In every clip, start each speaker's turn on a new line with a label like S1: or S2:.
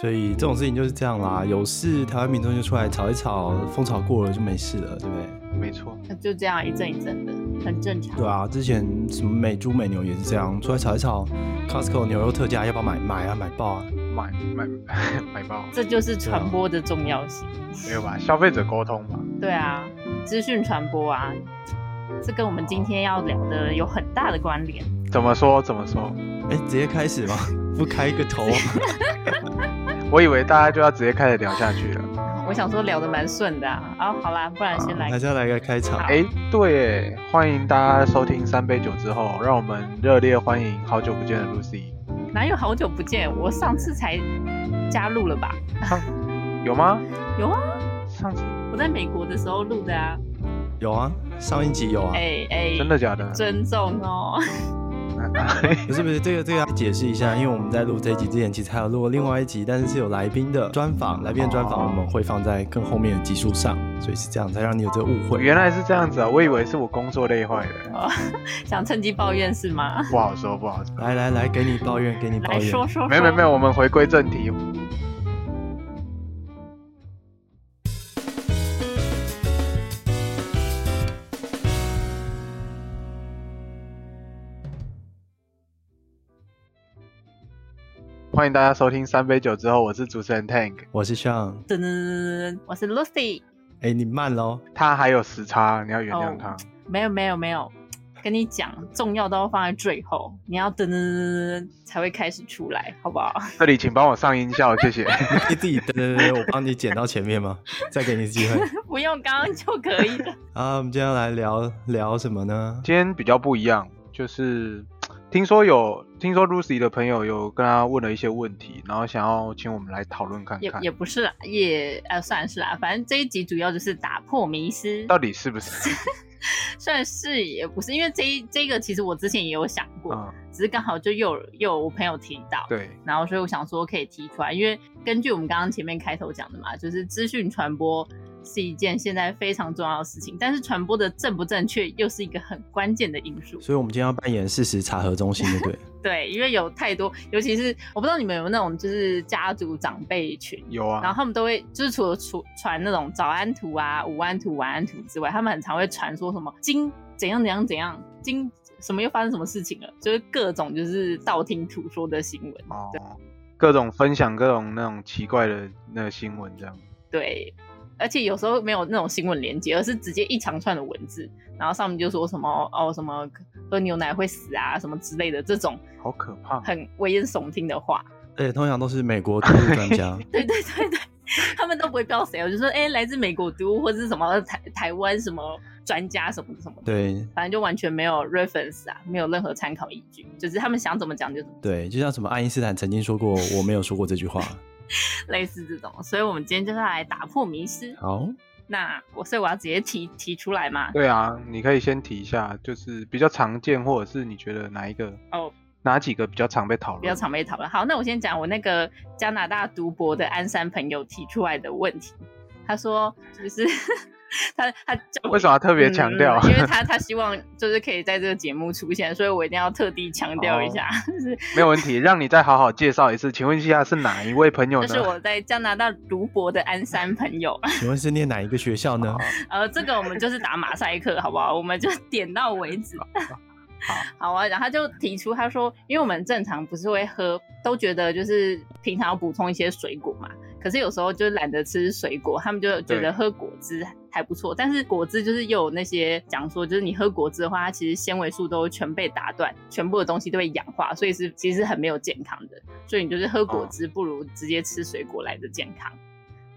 S1: 所以这种事情就是这样啦，有事台湾民众就出来吵一吵，风潮过了就没事了，对不对？
S2: 没错，
S3: 就这样一阵一阵的，很正常。
S1: 对啊，之前什么美猪美牛也是这样，出来炒一炒，Costco 牛肉特价要不要买？买啊，买爆啊！
S2: 买买 买包
S3: 这就是传播的重要性。
S2: 没有吧？消费者沟通吧，
S3: 对啊，资讯传播啊，这跟我们今天要聊的有很大的关联。
S2: 怎么说怎么说？
S1: 哎，直接开始吧， 不开个 头啊，
S2: 我以为大家就要直接开始聊下去了。
S3: 我想说聊得蛮顺的啊，啊好啦，不然先来
S1: 还是要来个开场。
S3: 好
S2: 哎，对耶，欢迎大家收听三杯酒之后，让我们热烈欢迎好久不见的 Lucy，
S3: 哪有好久不见？我上次才加入了吧？
S2: 有吗？
S3: 有啊，
S2: 上次
S3: 我在美国的时候录的啊。
S1: 有啊，上一集有啊。
S3: 哎哎，
S2: 真的假的？
S3: 尊重哦。
S1: 不是不是，这个这个要解释一下，因为我们在录这一集之前，其实还有录过另外一集，但是是有来宾的专访，来宾的专访
S2: 哦
S1: 我们会放在更后面的集数上，所以是这样才让你有这个误会。
S2: 原来是这样子啊，我以为是我工作累坏了，
S3: 哦想趁机抱怨是吗？
S2: 不好说不好说。
S1: 来来来，给你抱怨，给你抱
S3: 哎来
S1: 怨。
S3: 说说 说。
S2: 没有没有没有，我们回归正题。欢迎大家收听三杯酒之后，我是主持人 Tank，
S1: 我是上，
S3: 噔噔噔噔噔，我是 Lucy。
S1: 哎，你慢喽，
S2: 他还有时差，你要原谅
S3: 哦
S2: 他。
S3: 没有没有没有，跟你讲，重要都要放在最后，你要噔噔噔噔噔才会开始出来，好不好？
S2: 这里请帮我上音效，谢谢。
S1: 你自己对对对，我帮你剪到前面吗？再给你机会。
S3: 不用，刚刚就可以 了。
S1: 啊，我们今天要来聊聊什么呢？
S2: 今天比较不一样，就是听说有听说 Lucy 的朋友有跟他问了一些问题，然后想要请我们来讨论看
S3: 也
S2: 看
S3: 也，不是啦，也呃算是啦，反正这一集主要就是打破迷思，
S2: 到底是不 是？
S3: 算是也不是，因为这一这个其实我之前也有想过，
S2: 嗯，
S3: 只是刚好就又有又有我朋友提到，
S2: 对，
S3: 然后所以我想说可以提出来，因为根据我们刚刚前面开头讲的嘛，就是资讯传播是一件现在非常重要的事情，但是传播的正不正确又是一个很关键的因素。
S1: 所以我们今天要扮演事实查核中心，对 不对？
S3: 对，因为有太多，尤其是我不知道你们有没有那种就是家族长辈群。
S2: 有
S3: 然
S2: 啊
S3: 后，他们都会，就是除了传传那种早安图啊、午安图、晚安图之外，他们很常会传说什么今怎样怎样怎样，今什么又发生什么事情了，就是各种就是道听途说的新闻。
S2: 哦，各种分享各种那种奇怪的那个新闻这样。
S3: 对，而且有时候没有那种新闻连接，而是直接一长串的文字，然后上面就说什么哦什么喝牛奶会死啊什么之类的这种
S2: 好可 怕！
S3: 很危言耸听的话。
S1: 而且通常都是美国毒物专家，
S3: 对对对 对，他们都不会标谁，我就说哎、来自美国读或者是什么台台湾什么专家什么什么的，
S1: 对
S3: 反正就完全没有 reference 啊，没有任何参考依据，就是他们想怎么讲就怎么
S1: 对，就像什么爱因斯坦曾经说过，我没有说过这句话。
S3: 讲，类似这种。所以我们今天就是要来打破迷思。
S1: 好，
S3: 那我所以我要直接提提出来嘛，
S2: 对啊，你可以先提一下，就是比较常见，或者是你觉得哪一个
S3: 哦，
S2: 哪几个比较常被讨论？
S3: 比较常被讨论。好，那我先讲我那个加拿大读博的鞍山朋友提出来的问题。他说，就是 他他叫我
S2: 为什么要特别强调？
S3: 嗯因为他他希望就是可以在这个节目出现，所以我一定要特地强调一下，
S2: 哦
S3: 就是
S2: 没有问题，让你再好好介绍一次。请问一下是哪一位朋友
S3: 这是
S2: 呢？
S3: 我在加拿大读博的鞍山朋友。
S1: 请问是念哪一个学校呢？
S3: 呃，这个我们就是打马赛克，好不好？我们就点到为止。 好啊，然后他就提出，他说，因为我们正常不是会喝，都觉得就是平常要补充一些水果嘛，可是有时候就懒得吃水果，他们就觉
S2: 对
S3: 得喝果汁还不错，但是果汁就是又有那些讲说，就是你喝果汁的话，它其实纤维素都全被打断，全部的东西都被氧化，所以是其实很没有健康的，所以你就是喝果
S2: 哦
S3: 汁不如直接吃水果来的健康。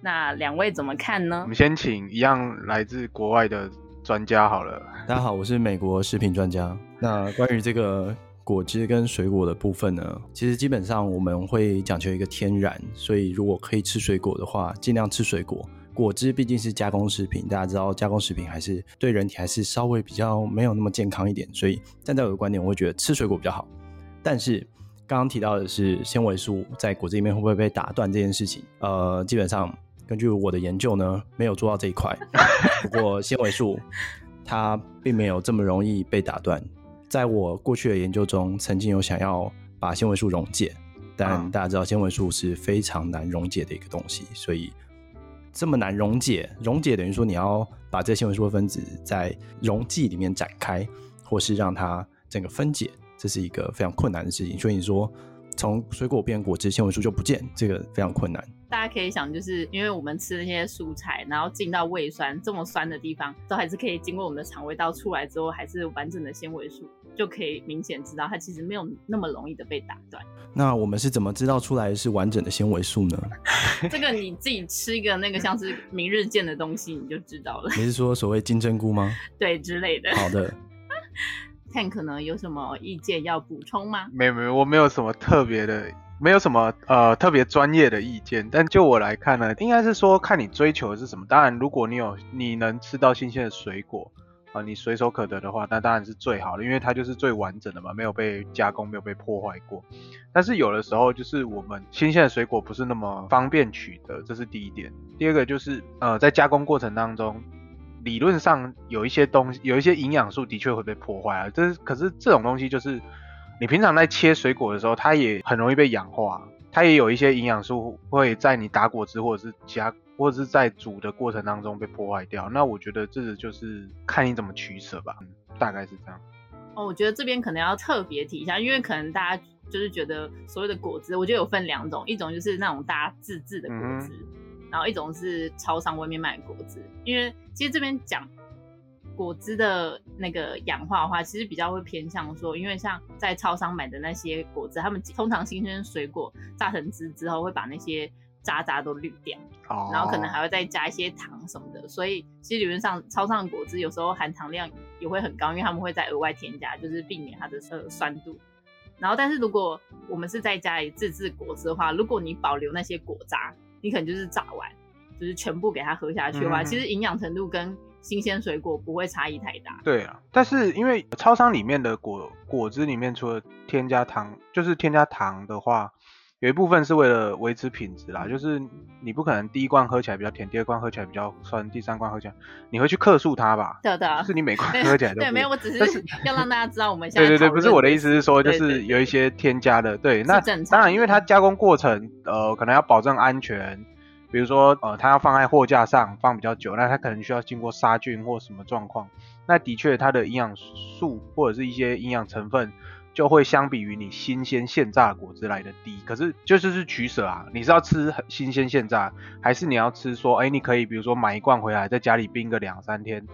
S3: 那两位怎么看呢
S2: 我？们先请一样来自国外的专家好了。
S1: 大家好，我是美国食品专家。那关于这个果汁跟水果的部分呢，其实基本上我们会讲究一个天然，所以如果可以吃水果的话，尽量吃水果。果汁毕竟是加工食品，大家知道加工食品还是对人体还是稍微比较没有那么健康一点，所以站在我的观点，我会觉得吃水果比较好。但是刚刚提到的是纤维素在果汁里面会不会被打断这件事情，呃，基本上根据我的研究呢，没有做到这一块。不过纤维素它并没有这么容易被打断，在我过去的研究中，曾经有想要把纤维素溶解，但大家知道纤维素是非常难溶解的一个东西，所以这么难溶解，溶解等于说你要把这纤维素的分子在溶剂里面展开，或是让它整个分解，这是一个非常困难的事情。所以你说从水果变果汁，纤维素就不见，这个非常困难。
S3: 大家可以想，就是因为我们吃那些蔬菜，然后进到胃酸这么酸的地方，都还是可以经过我们的肠胃道出来之后，还是完整的纤维素，就可以明显知道它其实没有那么容易的被打断。
S1: 那我们是怎么知道出来是完整的纤维素呢？
S3: 这个你自己吃一个那个像是明日见的东西，你就知道了，
S1: 你是说所谓金针菇吗？
S3: 对之类的。
S1: 好的，
S3: 看可能有什么意见要补充吗？
S2: 没有没有，我没有什么特别的，没有什么呃特别专业的意见。但就我来看呢，应该是说看你追求的是什么。当然，如果你有你能吃到新鲜的水果啊、呃你随手可得的话，那当然是最好的，因为它就是最完整的嘛，没有被加工，没有被破坏过。但是有的时候就是我们新鲜的水果不是那么方便取得，这是第一点。第二个就是呃，在加工过程当中，理论上有一些东西，有一些营养素的确会被破坏啊。这是可是这种东西就是你平常在切水果的时候，它也很容易被氧化，啊它也有一些营养素会在你打果汁或者是其他或者是在煮的过程当中被破坏掉。那我觉得这个就是看你怎么取舍吧，嗯大概是这样。
S3: 哦，我觉得这边可能要特别提一下，因为可能大家就是觉得所谓的果汁，我觉得有分两种，一种就是那种大家自制的果汁，然后一种是超商外面卖的果汁。因为其实这边讲果汁的那个氧化的话，其实比较会偏向说，因为像在超商买的那些果汁，他们通常新鲜水果榨成汁之后，会把那些渣渣都滤掉。
S2: 哦，
S3: 然后可能还会再加一些糖什么的，所以其实理论上超商的果汁有时候含糖量也会很高，因为他们会再额外添加，就是避免它的呃酸度。然后，但是如果我们是在家里自制果汁的话，如果你保留那些果渣，你可能就是榨完，就是全部给它喝下去的话，
S2: 嗯
S3: 其实营养程度跟新鲜水果不会差异太大。
S2: 对啊，但是因为超商里面的果果汁里面，除了添加糖，就是添加糖的话，有一部分是为了维持品质
S3: 嗯
S2: 啦。就是你不可能第一罐喝起来比较甜，第二罐喝起来比较酸，第三罐喝起来，你会去克数它吧？
S3: 对啊对啊
S2: 就是，你每罐
S3: 对
S2: 喝起来都
S3: 对，
S2: 不
S3: 没有，
S2: 一样
S3: 我只
S2: 但
S3: 是
S2: 是
S3: 要让大家知道我们现
S2: 对
S3: 在
S2: 对对，
S3: 讨
S2: 不是
S3: 论
S2: 我的意思是说，就
S3: 对对
S2: 是
S3: 对
S2: 有一些添加的，对，那
S3: 正常
S2: 当然，因为
S3: 的
S2: 它加工过程，呃，可能要保证安全，比如说，呃，它要放在货架上放比较久，那它可能需要经过杀菌或什么状况，那的确它的营养素或者是一些营养成分。就会相比于你新鲜现榨的果汁来的低，可是就是是取舍啊，你是要吃很新鲜现榨，还是你要吃说，哎，你可以比如说买一罐回来，在家里冰个两三天，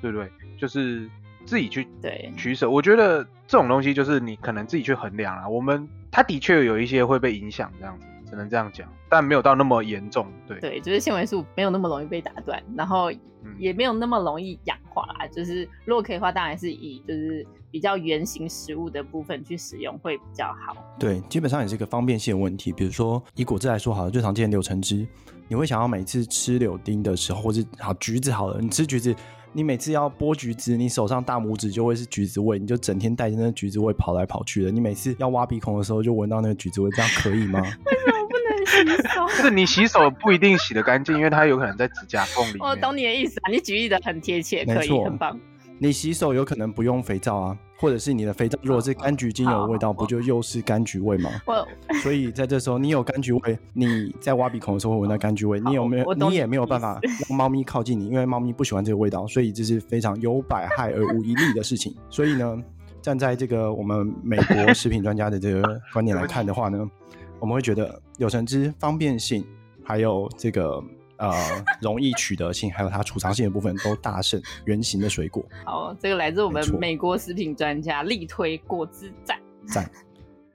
S2: 对不对？就是自己去
S3: 对
S2: 取舍。我觉得这种东西就是你可能自己去衡量啦。我们它的确有一些会被影响，这样子只能这样讲，但没有到那么严重。对，
S3: 对，就是纤维素没有那么容易被打断，然后
S2: 嗯
S3: 也没有那么容易氧化啦。就是如果可以的话，当然是以就是比较原型食物的部分去使用会比较好。
S1: 对，基本上也是一个方便性的问题。比如说，以果汁来说好了，最常见的柳橙汁，你会想要每次吃柳丁的时候，或是好橘子好了，你吃橘子，你每次要剥橘子，你手上大拇指就会是橘子味，你就整天带着那橘子味跑来跑去的。你每次要挖鼻孔的时候，就闻到那个橘子味，这样可以吗？
S3: 我不能吸收。
S2: 就是你洗手不一定洗得干净，因为它有可能在指甲缝里
S3: 我
S2: 面。
S3: 懂你的意思啊，你举例的很贴切，
S1: 没
S3: 可以，
S1: 错
S3: 很棒。
S1: 你洗手有可能不用肥皂啊，或者是你的肥皂如果是柑橘精油的味道，不就又是柑橘味吗？
S3: 我
S1: 所以在这时候，你有柑橘味，你在挖鼻孔的时候会闻到柑橘味，你有没有
S3: 我？懂
S1: 你也
S3: 你
S1: 没有
S3: 意
S1: 办
S3: 思
S1: 法让猫咪靠近你，因为猫咪不喜欢这个味道，所以这是非常有百害而无一利的事情。所以呢，站在这个我们美国食品专家的这个观点来看的话 呢，我们会觉得有橙汁方便性，还有这个 呃容易取得性，还有它储藏性的部分都大胜圆形的水果。
S3: 好，这个来自我们
S1: 没错
S3: 美国食品专家力推果汁站。
S1: 赞，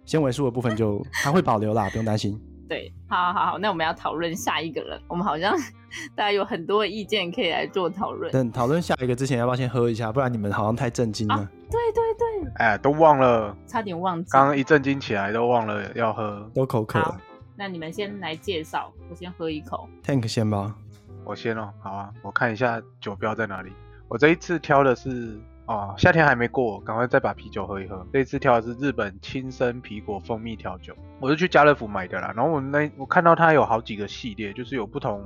S1: 纤维素的部分就它会保留啦，不用担心。
S3: 对，好好好，那我们要讨论下一个人，我们好像 大家有很多意见可以来做讨论。
S1: 等讨论下一个之前，要不要先喝一下？不然你们好像太震惊了。
S3: 啊对对对，
S2: 哎，都忘了，
S3: 差点忘记。
S2: 刚刚一震惊起来都忘了要喝。
S1: 都口渴
S3: 好
S1: 了。，
S3: 那你们先来介绍，我先喝一口。
S1: Tank 先吧，
S2: 我先哦，好啊，我看一下酒标在哪里。我这一次挑的是哦，夏天还没过，赶快再把啤酒喝一喝。这一次挑的是日本青森啤果蜂蜜调酒，我是去家乐福买的啦。然后我那我看到它有好几个系列，就是有不同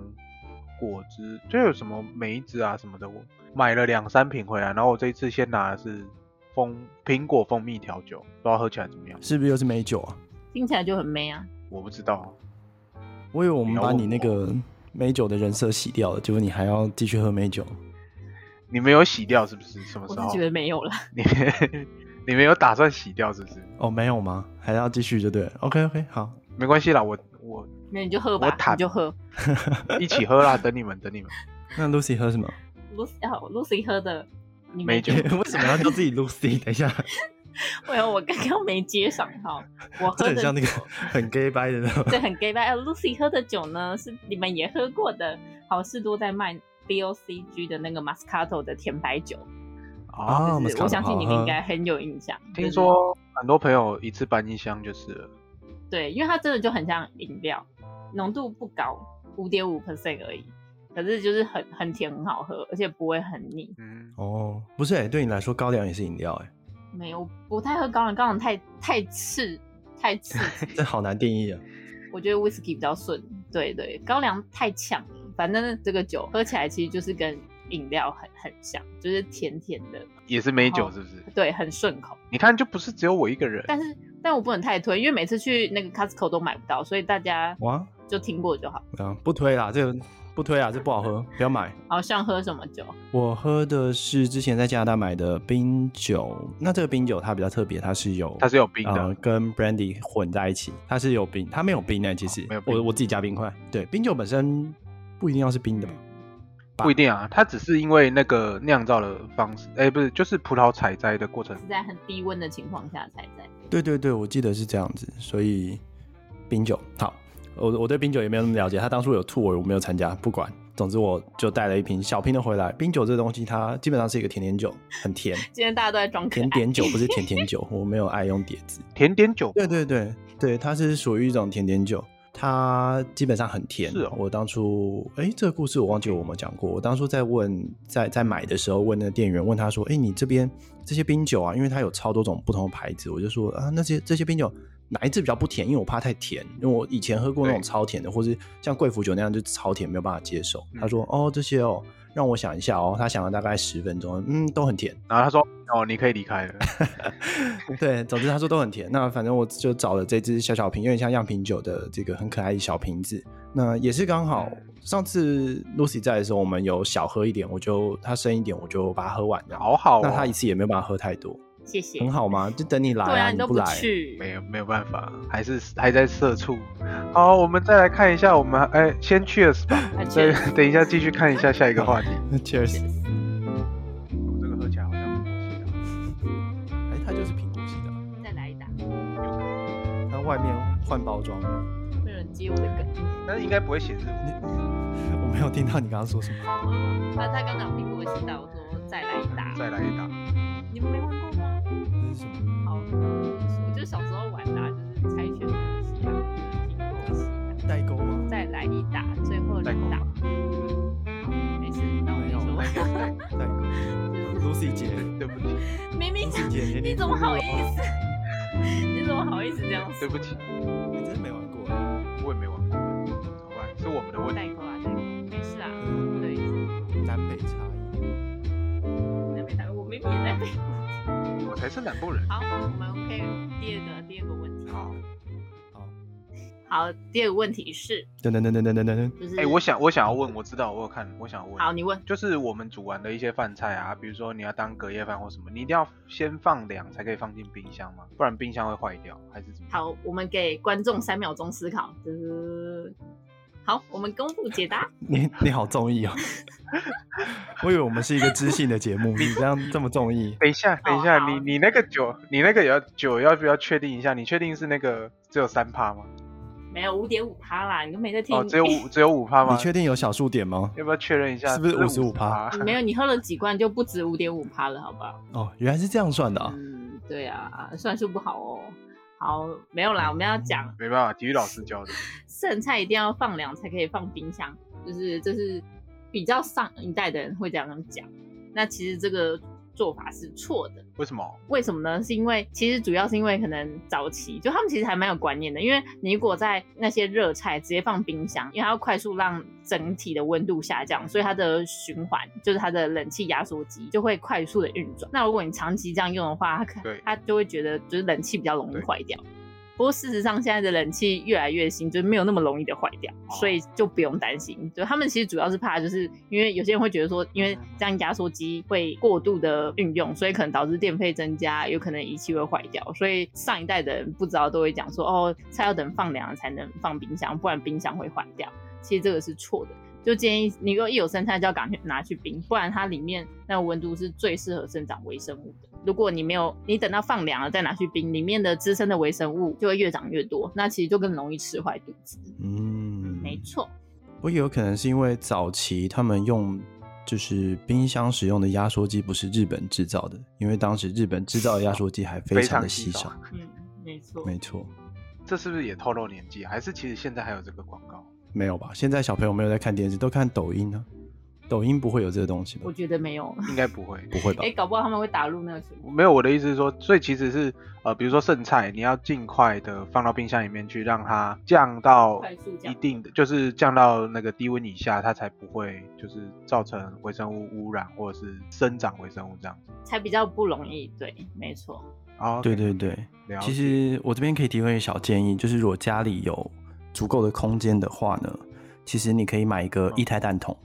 S2: 果汁，就有什么梅子啊什么的。我买了两三瓶回来，然后我这一次先拿的是蜂苹果蜂蜜调酒，不知道喝起来怎么样。
S1: 是不是又是美酒啊？
S3: 听起来就很美啊。
S2: 我不知道，
S1: 我以为我们把你那个美酒的人设洗掉了，结果你还要继续喝美酒。
S2: 你没有洗掉是不是？什么
S3: 我
S2: 时
S3: 是
S2: 候？
S3: 觉得没有啦，
S2: 你你没 有打算洗掉是不是？
S1: 哦，没有吗？还要继续就对了。OK OK，好，
S2: 没关系啦，我我
S3: 那你就喝
S2: 我
S3: 吧，
S2: 坦
S3: 你就喝。
S2: 一起喝啦，等你们等你们。
S1: 那 Lucy 喝什么？
S3: Lucy 啊 Lucy 喝的，你
S2: 美 酒
S1: 为 什么要叫自己 Lucy？等一下，
S3: 哎呦，我刚刚没接上哈，我
S1: 这
S3: 喝
S1: 很
S3: 的
S1: 像那个
S3: 酒
S1: 很 gay 掰的那种。
S3: 对，很 gay 吧、哎 Lucy 喝的酒呢，是你们也喝过的，好事多在卖 BOCG 的那个 Moscato 的甜白酒，
S2: 啊，
S1: 啊
S3: 哦就是我
S1: Moscato
S3: 相信你们
S1: 好喝
S3: 应该很有印象。就
S2: 听
S3: 是
S2: 说很多朋友一次搬一箱就是了。
S3: 对，因为它真的就很像饮料，浓度不高，五点五 percent 而已，可是就是很很甜，很好喝，而且不会很腻。
S2: 嗯，
S1: 哦，不是、欸，对你来说高粱也是饮料、欸，
S3: 没有，不太喝高粱，高粱太太刺，太刺激
S1: 这好难定义啊。
S3: 我觉得 whisky 比较顺，对对，高粱太呛了。反正这个酒喝起来其实就是跟饮料很很像，就是甜甜的，
S2: 也是美酒
S3: 好
S2: 是不是？
S3: 对，很顺口。
S2: 你看，就不是只有我一个人。
S3: 哦但是但我不能太推，因为每次去那个 Costco 都买不到，所以大家
S1: 哇，
S3: 就听过就好。
S1: 啊，不推啦，这个不推啊啦，这不好喝，不要买。
S3: 好像喝什么酒？
S1: 我喝的是之前在加拿大买的冰酒，那这个冰酒它比较特别，它是有
S2: 它是有冰的，
S3: 哦
S1: 呃跟 brandy 混在一起，它是有冰，它没有冰呢、其实
S2: 哦没有冰
S1: 我我自己加冰块。对，冰酒本身不一定要是冰的吧？
S2: 不一定啊，它只是因为那个酿造的方式，哎，不是，就是葡萄采摘的过程
S3: 是在很低温的情况下才在。
S1: 对对对，我记得是这样子，所以冰酒好，我我对冰酒也没有那么了解，他当初有 tour 我没有参加，不管，总之我就带了一瓶小瓶的回来。冰酒这东西它基本上是一个甜甜酒，很甜，
S3: 今天大家都在装可
S1: 甜
S3: 爱，
S1: 点酒不是甜甜酒，我没有爱用碟子。
S2: 甜点酒
S1: 对对对对，它是属于一种甜点酒，它基本上很甜。
S2: 是哦
S1: 我当初哎，这个故事我忘记我有没有讲过。我当初在问在在买的时候，问那个店员，问他说：“哎，你这边这些冰酒啊，因为它有超多种不同的牌子，我就说啊，那些这些冰酒。”哪一支比较不甜？因为我怕太甜，因为我以前喝过那种
S2: 对
S1: 超甜的，或是像贵腐酒那样就超甜，没有办法接受。
S2: 嗯
S1: 他说：“哦，这些哦，让我想一下哦。”他想了大概十分钟，嗯，都很甜。
S2: 然后他说：“哦，你可以离开了。
S1: 对，总之他说都很甜。那反正我就找了这支小小瓶，有点像样品酒的这个很可爱的小瓶子。那也是刚好上次 Lucy 在的时候，我们有小喝一点，我就它剩一点，我就把它喝完”这样。
S2: 好好、哦，
S1: 那他一次也没有办法喝太多，
S3: 谢谢。
S1: 很好吗？就等你来
S3: 对啊，
S1: 你
S3: 都
S1: 不
S3: 不
S1: 来。
S3: 去，
S2: 没有没有办法，还是还在社畜。好，我们再来看一下，我们哎，先 cheers 吧，
S3: 啊
S2: 再
S3: cheers
S2: 等一下继续看一下下一个 话题。
S1: Cheers！
S2: 我这个喝起来好像没东西啊
S1: 哎，它就是苹果系的，
S3: 再来一打，
S1: 它外面换包装。
S3: 没有人接我的梗。
S2: 但是应该不会显示我。
S1: 我没有听到你刚刚说什么。
S3: 啊，他刚讲苹果洗澡，我说再来一打，
S2: 再来一打，
S3: 你们没玩过吗？
S1: 这是什么？
S3: 好，我就小时候玩的啊、就是猜拳的游戏啊，苹果洗澡，
S1: 代沟吗？
S3: 再来一打，最后
S2: 代
S3: 两
S2: 购
S3: 打
S2: 吧。，
S3: 没事，那我
S1: 没
S3: 没
S1: 有，
S3: 说
S1: 代。沟代 代沟。Lucy 姐
S2: 对不起，
S3: 明明啊
S1: ，Lucy 姐，年
S3: 你
S1: 龄
S3: 怎么
S1: 不一样
S3: 好意思？你怎么好意思这样
S2: 对
S3: 说？
S2: 不起，
S1: 你真的没玩过啊。
S2: 我也没玩过，怎么办？是我们的问题。
S3: 代购啊，代购，没事啊，对，
S1: 南北差异。
S3: 那边代购，我明明也在背。
S2: 我才是南部人。
S3: 好，我们可以第二个第二个问题。
S2: 好，
S1: 好，
S3: 好，第二个问题是，
S1: 噔噔噔噔噔噔噔噔。
S3: 就是
S2: 哎、我想我想要问，我知道，我有看，我想要问。
S3: 好，你问，
S2: 就是我们煮完的一些饭菜啊，比如说你要当隔夜饭或什么，你一定要先放凉才可以放进冰箱吗？不然冰箱会坏掉还是怎么？，
S3: 好，我们给观众三秒钟思考。好，我们公布 解答。
S1: 你你好中意哦。 我以为我们是一个知性的节目， 你这样这么中意。
S2: 等一下，等一下，
S3: 哦好嗯
S2: 你你那个酒，你那个也要酒要不要确定一下？你确定是那个只有三趴吗？
S3: 没有五点五趴啦，你都没在听。
S2: 哦，只有五只有五趴吗
S1: 你？确定有小数点吗？
S2: 要不要确认一下？
S1: 是不是
S2: 55
S1: 55%？
S3: 没有，你喝了几罐就不止五点五趴了，好不好？
S1: 哦，原来是这样算的、啊。
S3: 嗯，对啊，算数不好哦。好，没有啦，我们要讲
S2: 没办法，体育老师教的。
S3: 剩菜一定要放凉才可以放冰箱，就是这是比较上一代的人会这样讲。那其实这个做法是错的，
S2: 为什么？
S3: 为什么呢？是因为其实主要是因为可能早期就他们其实还蛮有观念的，因为你如果在那些热菜直接放冰箱，因为它要快速让整体的温度下降，所以它的循环就是它的冷气压缩机就会快速的运转。那如果你长期这样用的话，它可
S2: 对
S3: 它就会觉得就是冷气比较容易
S2: 对
S3: 坏掉。不过事实上，现在的冷气越来越新，就是没有那么容易的坏掉，所以就不用担心。对他们其实主要是怕，就是因为有些人会觉得说，因为这样压缩机会过度的运用，所以可能导致电费增加，有可能仪器会坏掉。所以上一代的人不知道都会讲说，哦，菜要等放凉了才能放冰箱，不然冰箱会坏掉。其实这个是错的。就建议你如果一有生菜就要赶快拿去冰，不然它里面那个温度是最适合生长微生物的。如果你没有，你等到放凉了再拿去冰，里面的滋生的微生物就会越长越多，那其实就更容易吃坏肚子。
S1: 嗯，
S3: 没错，
S1: 不过也有可能是因为早期他们用就是冰箱使用的压缩机不是日本制造的，因为当时日本制造的压缩机还非常的稀
S2: 非
S1: 少。
S3: 嗯，没错，
S1: 没错，
S2: 这是不是也透露年纪？还是其实现在还有这个广告？
S1: 没有吧？现在小朋友没有在看电视，都看抖音 呢、抖音不会有这个东西吧
S3: 我？觉得没有。
S2: 应该不会。
S1: 不会吧
S3: 哎、？搞不好他们会打入那个水
S2: 没有，我的意思是说，所以其实是呃，比如说剩菜，你要尽快的放到冰箱里面去，让它降到
S3: 快速降
S2: 一定的，就是降到那个低温以下，它才不会就是造成微生物污染或者是生长微生物这样子。
S3: 才比较不容易。对，没错。
S2: 哦，
S1: 对对对，
S2: 了解，
S1: 其实我这边可以提供一个小建议，就是如果家里有足够的空间的话呢，其实你可以买一个
S2: 嗯
S1: 液态氮桶，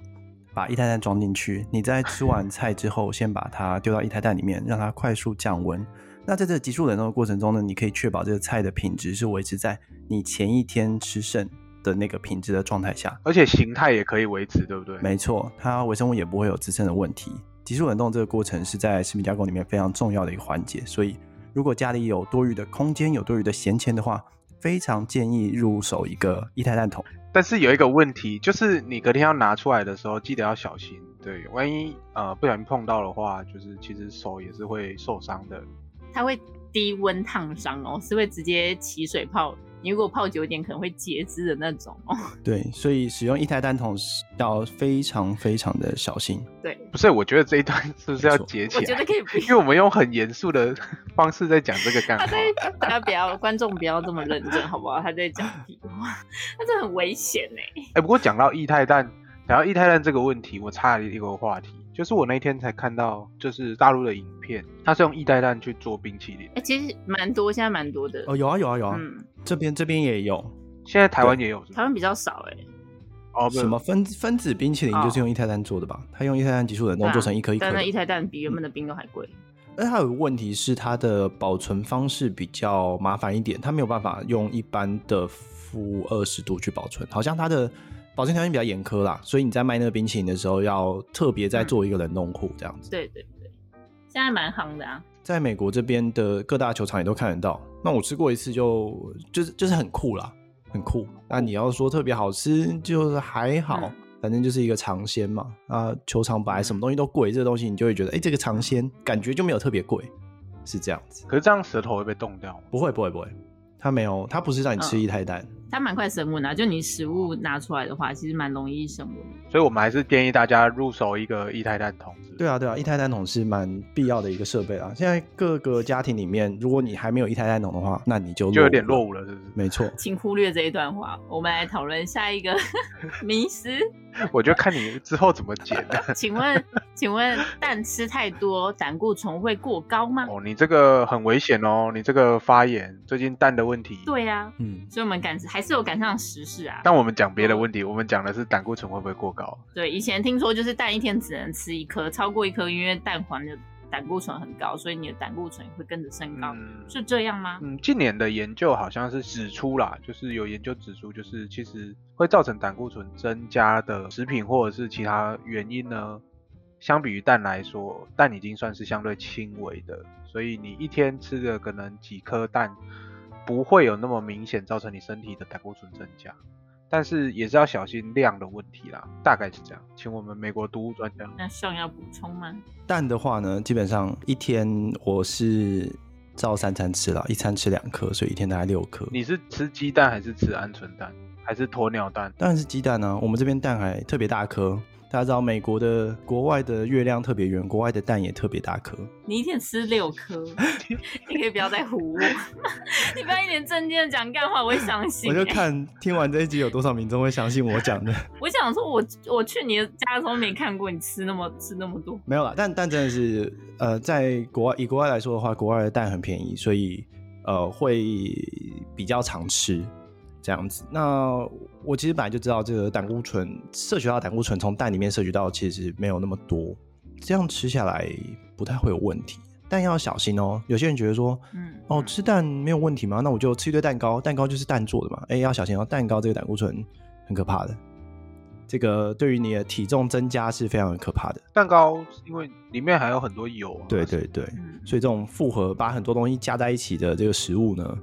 S1: 把液态氮装进去。你在吃完菜之后，先把它丢到液态氮里面，让它快速降温。那在这急速冷冻的过程中呢，你可以确保这个菜的品质是维持在你前一天吃剩的那个品质的状态下。
S2: 而且形态也可以维持，对不对？
S1: 没错，它微生物也不会有滋生的问题。急速冷冻这个过程是在食品加工里面非常重要的一个环节，所以如果家里有多余的空间、有多余的闲钱的话，非常建议入手一个液态氮桶。
S2: 但是有一个问题，就是你隔天要拿出来的时候，记得要小心。对，万一呃不小心碰到的话，就是其实手也是会受伤的。
S3: 它会低温烫伤哦，是会直接起水泡。你如果泡久一点，可能会截肢的那种哦。
S1: 对，所以使用液态氮桶是要非常非常的小心。
S3: 对，
S2: 不是，我觉得这一段 是不是要
S1: 没错
S2: 截起
S3: 我
S2: 来？
S3: 觉得可以 不
S2: 因为我们用很严肃的 方式在讲这个干
S3: 他
S2: 话。
S3: 在大家不要观众不要这么认真，好不好？他在讲屁话，他这很危险哎、
S2: 哎，不过讲到液态氮，讲到液态氮这个问题，我插了一个话题，就是我那一天才看到，就是大陆的影片，它是用液态氮去做冰淇淋
S3: 哎、，其实蛮多，现在蛮多的。
S1: 哦，有啊有啊有啊，
S3: 嗯，哦
S1: 这边这边也有
S2: 现在台湾也有是
S3: 台
S2: 吗？
S3: 湾比较少哎、
S2: 哦，不是
S1: 什么分分子冰淇淋就是用液态氮做的吧？它用液态氮急速冷
S3: 哦对
S1: 冻
S3: 啊
S1: 做成一颗一颗
S3: 但那一
S1: 的。
S3: 台蛋比原本的冰都还贵。
S2: 嗯
S1: 但它有个问题是，它的保存方式比较麻烦一点，它没有办法用一般的负二十度去保存，好像它的保存条件比较严苛啦，所以你在卖那个冰淇淋的时候，要特别再做一个冷冻库这样子。
S3: 对对对，现在蛮行的啊。
S1: 在美国这边的各大球场也都看得到。那我吃过一次就，就是就是很酷啦，很酷。那你要说特别好吃，就是还好，
S3: 嗯
S1: 反正就是一个尝鲜嘛。啊，球场本来什么东西都贵，这个东西你就会觉得，哎、这个尝鲜感觉就没有特别贵，是这样子。
S2: 可是这样舌头会被冻掉吗？
S1: 不会不会不会，它没有，它不是让你吃
S3: 嗯
S1: 液态氮。
S3: 它蛮快升温的啊、就你食物拿出来的话，其实蛮容易升温的。
S2: 所以我们还是建议大家入手一个液态氮桶。是不是
S1: 对啊对啊，液态氮桶是蛮必要的一个设备啊。现在各个家庭里面，如果你还没有液态氮桶的话，那你就
S2: 就有点落
S1: 伍了。
S2: 伍了，是 不
S1: 没错，
S3: 请忽略这一段话，我们来讨论下一个 迷思。
S2: 是？我就看你之后怎么剪。
S3: 请问，请问蛋吃太多，胆固醇会过高 吗？
S2: 哦，你这个很危险哦，你这个发言最近蛋的问题。。
S3: 对啊呀、
S1: 嗯，
S3: 所以我们赶还是有赶上时事啊。
S2: 但我们讲别的问题，我们讲的是胆固醇会不会过高？
S3: 对，以前听说就是蛋一天只能吃一颗，超过一颗，因为蛋黄的胆固醇很高，所以你的胆固醇也会跟着升高，
S2: 嗯
S3: 是这样吗？
S2: 嗯，近年的研究好像是指出啦，就是有研究指出，就是其实会造成胆固醇增加的食品或者是其他原因呢，相比于蛋来说，蛋已经算是相对轻微的，所以你一天吃的可能几颗蛋，不会有那么明显造成你身体的胆固醇增加，但是也是要小心量的问题啦，大概是这样。请我们美国毒物专家，
S3: 那需要补充吗？
S1: 蛋的话呢，基本上一天我是照三餐吃了，一餐吃两颗，所以一天大概六颗。
S2: 你是吃鸡蛋还是吃鹌鹑蛋还是鸵鸟蛋？
S1: 当然是鸡蛋啊，我们这边蛋还特别大颗。大家知道美国的国外的月亮特别圆，国外的蛋也特别大颗。
S3: 你一天吃六 颗，你可以不要再唬我， 你不要一脸正经的讲干话，我会伤心、
S1: 我
S3: 欸。
S1: 就看听完这一集有多少民众会相信我讲的，
S3: 我想说我，我去你的家的时候没看过你吃那么吃那么多，
S1: 没有啦。但但真的是，呃，在国外以国外来说的话，国外的蛋很便宜，所以呃会比较常吃这样子。那我其实本来就知道这个胆固醇摄取到的胆固醇从蛋里面摄取到其实没有那么多，这样吃下来不太会有问题。但要小心哦，有些人觉得说，
S3: 嗯，
S1: 哦，吃蛋没有问题吗？那我就吃一堆蛋糕，蛋糕就是蛋做的嘛。哎，要小心哦，蛋糕这个胆固醇很可怕的，这个对于你的体重增加是非常可怕的。
S2: 蛋糕因为里面还有很多油啊，
S1: 对对对，
S3: 嗯
S1: 所以这种复合把很多东西加在一起的这个食物呢，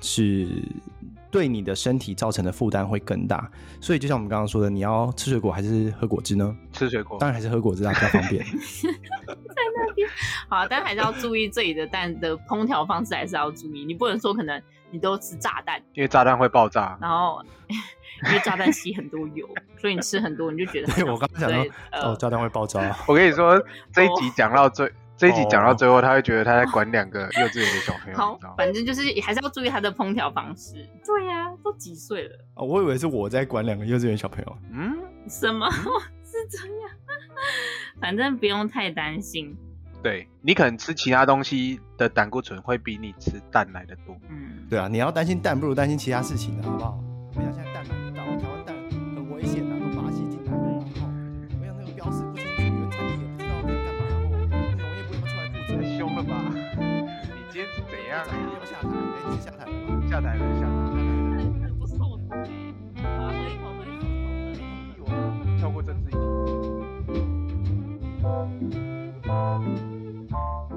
S1: 是对你的身体造成的负担会更大。所以就像我们刚刚说的，你要吃水果还是喝果汁呢？
S2: 吃水果
S1: 当然还是喝果汁啊，比较方 便。
S3: 好，啊但还是要注意这里的蛋的烹调方式，还是要注意。你不能说可能你都吃炸弹，
S2: 因为炸弹会爆炸。
S3: 然后 因为炸弹吸很多油，所以你吃很多你就觉得好
S1: 对
S3: 像。
S1: 我刚刚想说
S3: 对，
S1: 哦，
S3: 呃，
S1: 炸弹会爆炸。
S2: 我跟你说，这一集讲到最，这一集讲到最后，他会觉得他在管两个幼稚园的小朋友，
S3: 好
S2: 你知道，吗？
S3: 反正就是还是要注意它的烹调方式。对呀、都几岁了，
S1: 哦，我以为是我在管两个幼稚园小朋友。
S2: 嗯，
S3: 什么 是这样？ 反正不用太担心。
S2: 对你可能吃其他东西的胆固醇会比你吃蛋来的多。
S3: 嗯，
S1: 对啊，你要担心蛋，不如担心其他事情的啊好不好？我想现在蛋买不到，台湾蛋很危险啊，从巴西进来的，然后我想那个标识不清楚，原产地也不知道在干嘛，然后农业部要不要出来负责？
S2: 太凶了吧？你今天是怎样？啊
S1: 要不下台？哎，你下台了吗？
S2: 下台了，下台
S3: 不错哎，好，喝一口，喝一口，喝一口。
S2: 了，跳过政治议题。好，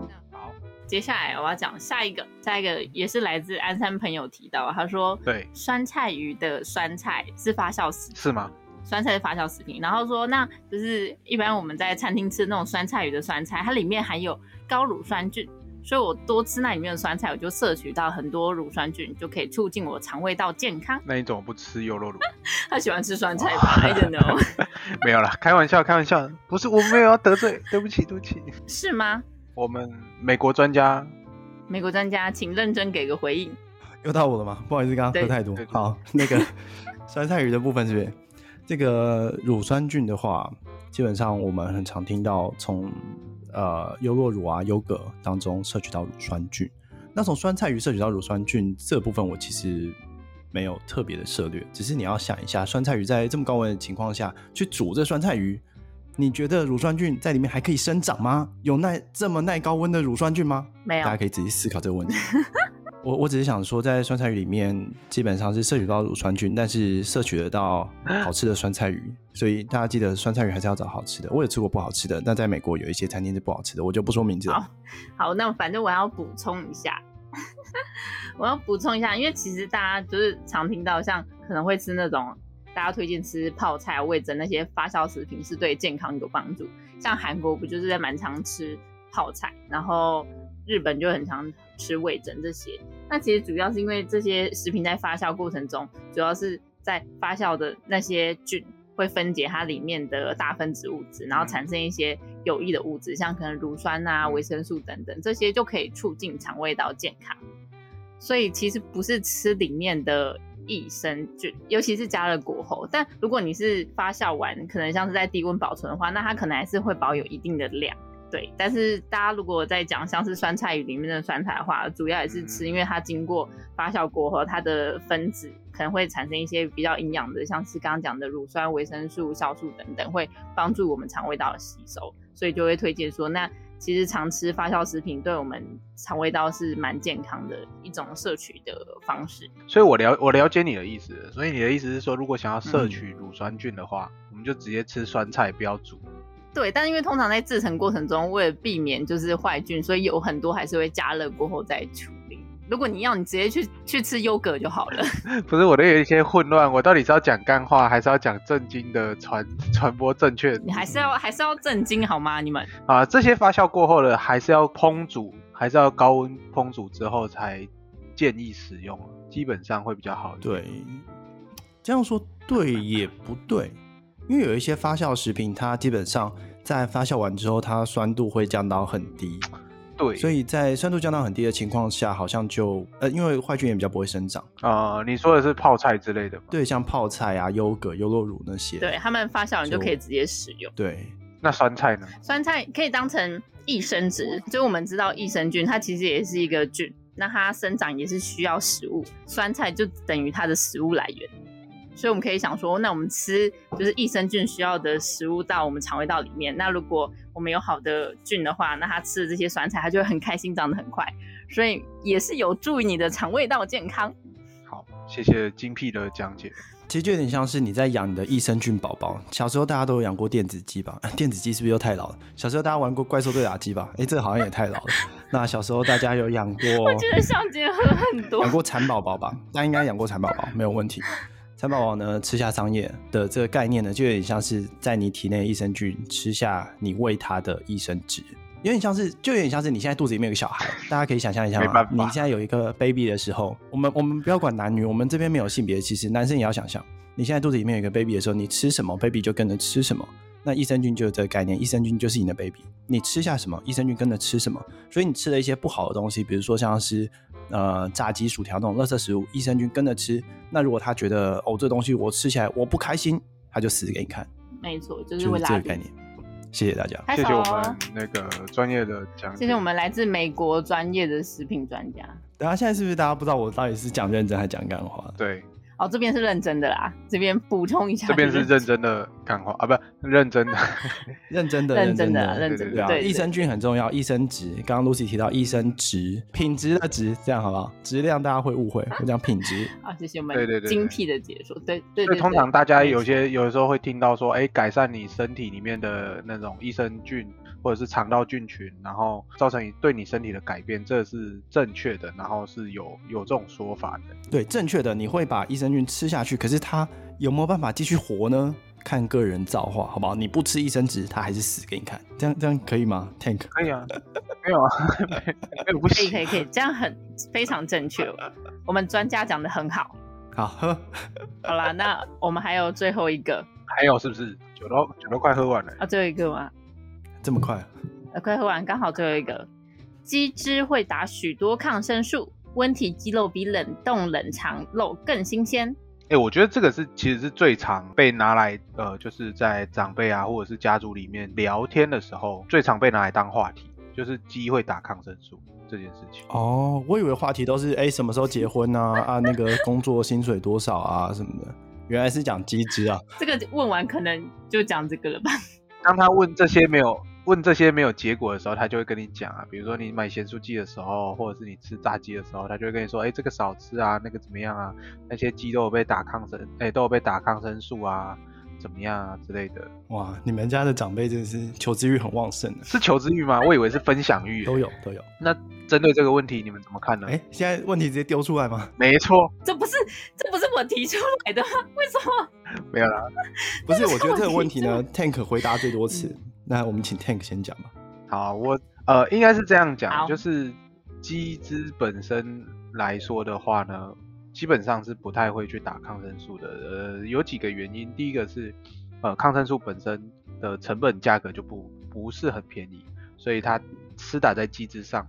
S3: 接下来我要讲下一个，下一个也是来自鞍山朋友提到，他说
S2: 对，
S3: 酸菜鱼的酸菜是发酵食品，
S2: 是吗？
S3: 酸菜是发酵食品，然后说那就是一般我们在餐厅吃的那种酸菜鱼的酸菜，它里面含有高乳酸菌，所以我多吃那里面的酸菜，我就摄取到很多乳酸菌，就可以促进我肠胃道健康。
S2: 那你怎么不吃优酪乳？
S3: 他喜欢吃酸菜吧？I don't know，
S2: 没有啦，开玩笑，开玩笑，不是我没有要得罪，对不起，对不起。
S3: 是吗？
S2: 我们美国专家，
S3: 美国专家，请认真给个回应。
S1: 又到我了吗？不好意思，刚刚喝
S3: 对
S1: 太多
S2: 对。对
S1: 好，那 个酸菜鱼的部分是不是？这个乳酸菌的话，基本上我们很常听到从呃优酪乳啊、优格当中摄取到乳酸菌。那从酸菜鱼摄取到乳酸菌这部分，我其实没有特别的涉略，只是你要想一下，酸菜鱼在这么高温的情况下去煮这酸菜鱼，你觉得乳酸菌在里面还可以生长吗？有耐这么耐高温的乳酸菌吗？
S3: 没有
S1: 大家可以仔细思考这个问题。 我我只是想说，在酸菜鱼里面基本上是摄取不到乳酸菌，但是摄取得到好吃的酸菜鱼，所以大家记得酸菜鱼还是要找好吃的。我有吃过不好吃的，那在美国有一些餐厅是不好吃的，我就不说名字了
S3: 好。好，那反正我要补充一下，我要补充一下，因为其实大家就是常听到，像可能会吃那种大家推荐吃泡菜啊、味噌那些发酵食品是对健康有帮助。像韩国不就是在蛮常吃泡菜，然后日本就很常吃味噌这些。那其实主要是因为这些食品在发酵过程中，主要是在发酵的那些菌会分解它里面的大分子物质，然后产生一些有益的物质，像可能乳酸啊、维生素等等，这些就可以促进肠胃道健康。所以其实不是吃里面的益生菌，尤其是加了果后。但如果你是发酵完，可能像是在低温保存的话，那它可能还是会保有一定的量。对，但是大家如果在讲像是酸菜鱼里面的酸菜的话，主要也是吃，因为它经过发酵过后，它的分子可能会产生一些比较营养的，像是刚刚讲的乳酸、维生素、酵素等等，会帮助我们肠胃道的吸收，所以就会推荐说，那其实常吃发酵食品对我们肠胃道是蛮健康的一种摄取的方式。
S2: 所以我了我了解你的意思了，所以你的意思是说，如果想要
S3: 嗯
S2: 摄取乳酸菌的话，我们就直接吃酸菜，不要煮。
S3: 对，但是因为通常在制成过程中，为了避免就是坏菌，所以有很多还是会加热过后再处理。如果你要，你直接去去吃优格就好了。
S2: 不是我的有一些混乱，我到底是要讲干话，还是要讲正经的传传播正确
S3: 你还是要还是要震惊好吗？你们
S2: 啊？这些发酵过后的，还是要烹煮，还是要高温烹煮之后才建议使用，基本上会比较好一点。
S1: 对，这样说对也不对，因为有一些发酵食品，它基本上在发酵完之后，它酸度会降到很低，
S2: 对，
S1: 所以在酸度降到很低的情况下，好像就呃，因为坏菌也比较不会生长。
S2: 啊、你说的是泡菜之类的吗？
S1: 对，像泡菜啊、优格、优酪乳那些，
S3: 对他们发酵完就
S1: 就
S3: 可以直接使用。
S1: 对
S2: 那酸菜呢？
S3: 酸菜可以当成益生值，就是我们知道益生菌它其实也是一个菌，那它生长也是需要食物，酸菜就等于它的食物来源。所以我们可以想说，那我们吃就是益生菌需要的食物到我们肠胃道里面。那如果我们有好的菌的话，那它吃的这些酸菜，它就会很开心，长得很快。所以也是有助于你的肠胃道健康。
S1: 哦
S2: 好，谢谢精辟的讲解。
S1: 其实就有点像是你在养你的益生菌宝宝。小时候大家都有养过电子鸡吧？ 电子鸡是不是又太老了？小时候大家玩过怪兽对打机吧？哎，这个好像也太老了。那小时候大家有养过？
S3: 我觉得上节喝很 多。
S1: 养过蚕宝宝吧？大家应该养过蚕宝宝，没有问题。蚕宝宝呢，吃下桑叶的这个概念呢，就有点像是在你体内益生菌吃下你喂它的益生值。有点像是，就有点像是你现在肚子里面有个小孩，大家可以想象一下
S2: 没办
S1: 嘛
S2: 法。
S1: 你现在有一个 baby 的时候，我们我们不要管男女，我们这边没有性别歧视，其实男生也要想象，你现在肚子里面有一个 baby 的时候，你吃什么，baby 就跟着吃什么。那益生菌就是这个概念，益生菌就是你的 baby，你吃下什么，益生菌跟着吃什么。所以你吃了一些不好的东西，比如说像是呃炸鸡、薯条那种垃圾食物，益生菌跟着吃。那如果他觉得哦这东西我吃起来我不开心，他就死给你看，
S3: 没错，就
S1: 就是
S3: 会
S1: 是
S3: 拉
S1: 这个
S3: 肚
S1: 概
S3: 子
S1: 念。谢谢大家。
S3: 拍
S2: 谢谢
S3: 手
S2: 我
S3: 哦
S2: 们那个专业的讲解，
S3: 谢谢我们来自美国专业的食品专家。
S1: 等下啊现在是不是大家不知道我到底是讲认真还讲干话？
S2: 对，
S3: 哦，这边是认真的啦，这边补充一下，
S2: 这边是认真 的看话啊，不认真的，
S1: 认真的，
S3: 认真的
S1: 的
S3: 啊，，认真
S1: 对
S3: 的，
S1: 啊，
S3: 对，
S1: 益生菌很重要，益生值。刚刚 Lucy 提到益生值，品质的值，这样好不好？质量大家会误会，我讲品 质。
S3: 啊，谢谢我们
S2: 对对对对
S3: 精辟的解说，对对
S2: 所
S3: 对，
S2: 以
S3: 对
S2: 通常大家有些有时候会听到说，哎，改善你身体里面的那种益生菌或者是肠道菌群，然后造成你对你身体的改变，这是正确的，然后是有有这种说法的。
S1: 对，正确的，你会把益生菌吃下去，可是它有没有办法继续活呢？看个人造化，好不好？你不吃益生值，它还是死给你看，这样这样可以吗？Tank，
S2: 可以啊，没有啊， 没有不
S3: 可以
S2: 行，
S3: 可以可以，这样很非常正确，我们专家讲的很好。
S1: 好喝。
S3: 好啦，那我们还有最后一个
S2: 还有是不是酒都酒都快喝完了？
S3: 啊，最后一个吗？
S1: 这么快？
S3: 呃，快喝完，刚好最后一个。鸡汁会打许多抗生素，温体鸡肉比冷冻冷藏肉更新鲜。
S2: 哎、我觉得这个是其实是最常被拿来呃，就是在长辈啊或者是家族里面聊天的时候，最常被拿来当话题，就是鸡会打抗生素这件事情。
S1: 哦，我以为话题都是哎、诶什么时候结婚啊啊那个工作薪水多少啊什么的，原来是讲机制啊。
S3: 这个问完可能就讲这个了吧？
S2: 当他问这些没有问这些没有结果的时候，他就会跟你讲啊，比如说你买咸酥鸡的时候，或者是你吃炸鸡的时候，他就会跟你说，哎、这个少吃啊，那个怎么样啊，那些鸡都有被打抗生，哎、都有被打抗生素啊，怎么样啊之类的，
S1: 哇，你们家的长辈真的是求知欲很旺盛啊的，
S2: 是求知欲吗？我以为是分享欲。
S1: 都有都有。
S2: 那针对这个问题，你们怎么看呢？
S1: 哎、现在问题直接丢出来吗？
S2: 没错，
S3: 这不是这不是我提出来的吗？ 为什么？
S2: 没有啦。
S1: 不是，我觉得这个问题嗯呢，Tank 回答最多次。那我们请 Tank 先讲吧。
S2: 好，我呃，应该是这样
S3: 好
S2: 讲，就是鸡汁本身来说的话呢，基本上是不太会去打抗生素的。呃，有几个原因，第一个是呃，抗生素本身的成本价格就不不是很便宜，所以它施打在机制上，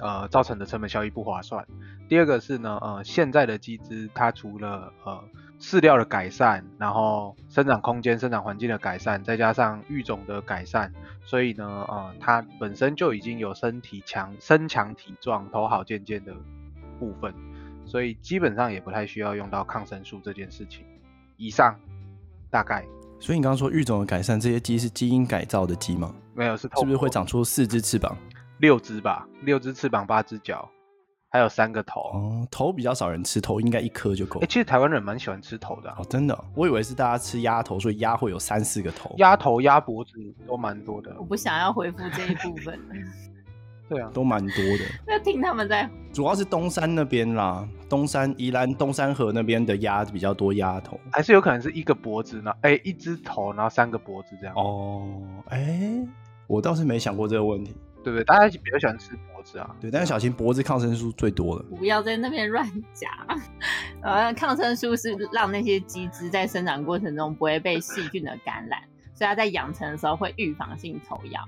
S2: 呃，造成的成本效益不划算。第二个是呢，呃，现在的机制它除了呃饲料的改善，然后生长空间、生长环境的改善，再加上育种的改善，所以呢，呃，它本身就已经有身体强、身强体壮、头好健健的部分，所以基本上也不太需要用到抗生素这件事情。以上大概
S1: 所以你刚刚说育种的改善，这些鸡是基因改造的鸡吗？
S2: 没有是透
S1: 是不是
S2: 过
S1: 会长出四只翅膀？
S2: 六只吧？六只翅膀，八只脚，还有三个头。
S1: 哦，头比较少人吃，头应该一颗就够
S2: 哎、。其实台湾人蛮喜欢吃头的啊、
S1: 哦，真的哦、我以为是大家吃鸭头，所以鸭会有三四个头，
S2: 鸭头、鸭脖子都蛮多的
S3: 我。不想要回复这一部分，
S2: 对啊，
S1: 都蛮多的。
S3: 要听他们在
S1: 主要是东山那边啦，东山宜兰东山河那边的鸭比较多鸭头。
S2: 还是有可能是一个脖子呢，哎、一只头，然后三个脖子这样，
S1: 哦，哎、我倒是没想过这个问题。
S2: 对不对？大家比较喜欢吃脖子啊。
S1: 对，但是小心脖子抗生素最多了。
S3: 不要在那边乱讲。呃，抗生素是让那些鸡汁在生长过程中不会被细菌的感染，所以它在养成的时候会预防性投药。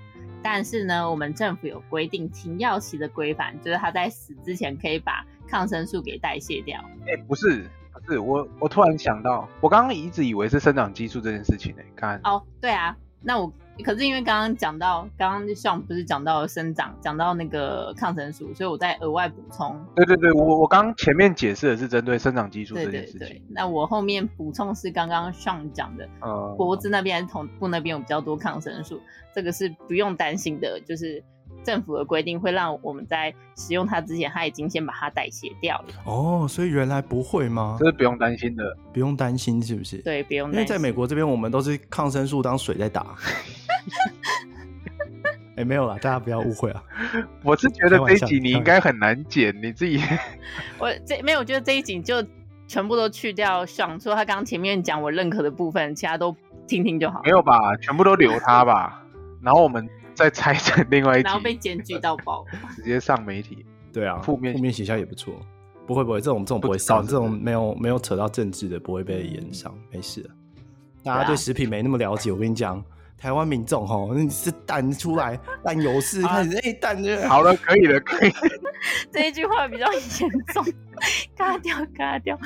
S3: 但是呢，我们政府有规定停药期的规范，就是它在死之前可以把抗生素给代谢掉。
S2: 哎、不是，不是，我我突然想到，我刚刚一直以为是生长激素这件事情、欸，哎，看，
S3: 哦，对啊，那我可是因为刚刚讲到，刚刚就像我们不是讲到生长，讲到那个抗生素，所以我再额外补充。
S2: 对对对，我我刚前面解释的是针对生长激素
S3: 对
S2: 这
S3: 对
S2: 件事
S3: 对
S2: 情。，
S3: 那我后面补充是刚刚上讲的，
S2: 呃，
S3: 脖子那边还是头部那边有比较多抗生素，这个是不用担心的，就是政府的规定会让我们在使用它之前，它已经先把它代谢掉了，
S1: 哦，所以原来不会吗
S2: 这？是不用担心的。
S1: 不用担心是不是？，
S3: 对，不用
S1: 因为
S3: 担心。
S1: 在美国这边，我们都是抗生素当水在 打。哎、没有啦，大家不要误会啊。
S2: 我是觉得
S1: 开玩
S2: 这一
S1: 笑
S2: 集你应
S1: 开玩
S2: 该很难剪，你自己
S3: 我这没有，我觉得这一集就全部都去掉，想说他刚刚前面讲我认可的部分，其他都听听就好
S2: 没，有吧？全部都留它吧，然后我们再拆成另外一
S3: 然后被
S2: 集，
S3: 检举到爆。
S2: 直接上媒体。
S1: 对啊，
S2: 负面
S1: 负面形象也不错。不会不会，这种这种不会上，
S2: 不
S1: 这
S2: 知道
S1: 种没有没有扯到政治的不会被延上，没事的。大家
S3: 对啊
S1: 对食品没那么了解，我跟你讲，台湾民众吼，你是蛋出来，蛋有事，
S2: 啊
S1: 开始哎蛋就
S2: 好了，可以了，可以。
S3: 这一句话比较严重，嘎掉嘎掉。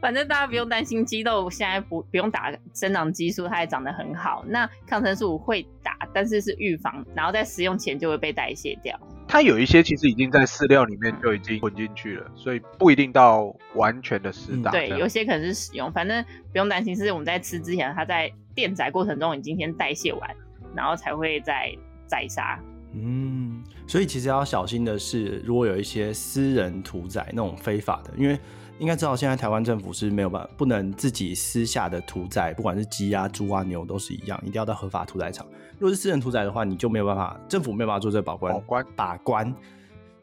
S3: 反正大家不用担心，肌肉现在不不用打生长激素，它也长得很好。那抗生素会打，但是是预防，然后在使用前就会被代谢掉。
S2: 它有一些其实已经在饲料里面就已经混进去了，所以不一定到完全的施打。
S1: 嗯
S3: 对，
S2: 这样
S3: 有些可能是使用，反正不用担心，是我们在吃之前，它在电宰过程中已经先代谢完，然后才会再宰杀。
S1: 嗯，所以其实要小心的是，如果有一些私人屠宰那种非法的，因为应该知道现在台湾政府是没有办法，不能自己私下的屠宰，不管是鸡啊、猪啊、牛都是一样，一定要到合法屠宰场。如果是私人屠宰的话，你就没有办法，政府没有办法做这个把关，
S2: 保关
S1: 把关，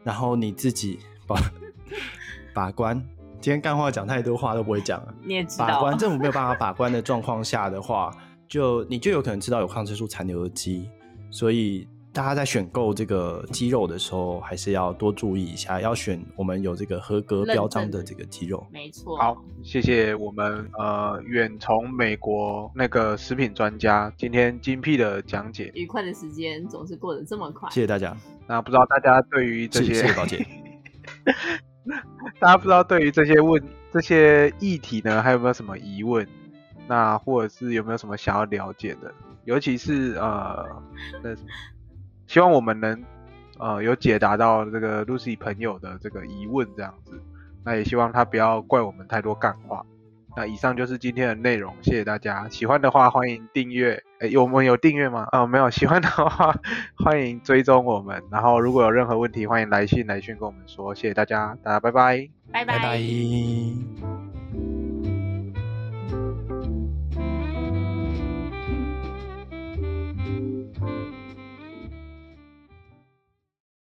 S1: 然后你自己把 把关。今天干话讲太多话都不会讲了。
S3: 你也知
S1: 把
S3: 道
S1: 关，政府没有办法把关的状况下的话，就你就有可能吃到有抗生素残留的鸡，所以大家在选购这个鸡肉的时候，还是要多注意一下，要选我们有这个合格标章的这个鸡肉。
S3: 没错。
S2: 好，谢谢我们呃远从美国那个食品专家今天精辟的讲解。
S3: 愉快的时间总是过得这么快。
S1: 谢谢大家，
S2: 那不知道大家对于这
S1: 谢谢
S2: 些
S1: 谢谢宝姐。
S2: 大家不知道对于这些问这些议题呢，还有没有什么疑问？那或者是有没有什么想要了解的？尤其是呃，那什么希望我们能呃有解答到这个 Lucy 朋友的这个疑问这样子。那也希望他不要怪我们太多干话。那以上就是今天的内容，谢谢大家。喜欢的话欢迎订阅，诶，有我们有订阅吗？啊、没有。喜欢的话 欢迎追踪我们，然后如果有任何问题，欢迎来信来讯跟我们说。谢谢大家，大家拜拜。
S3: 拜
S1: 拜拜。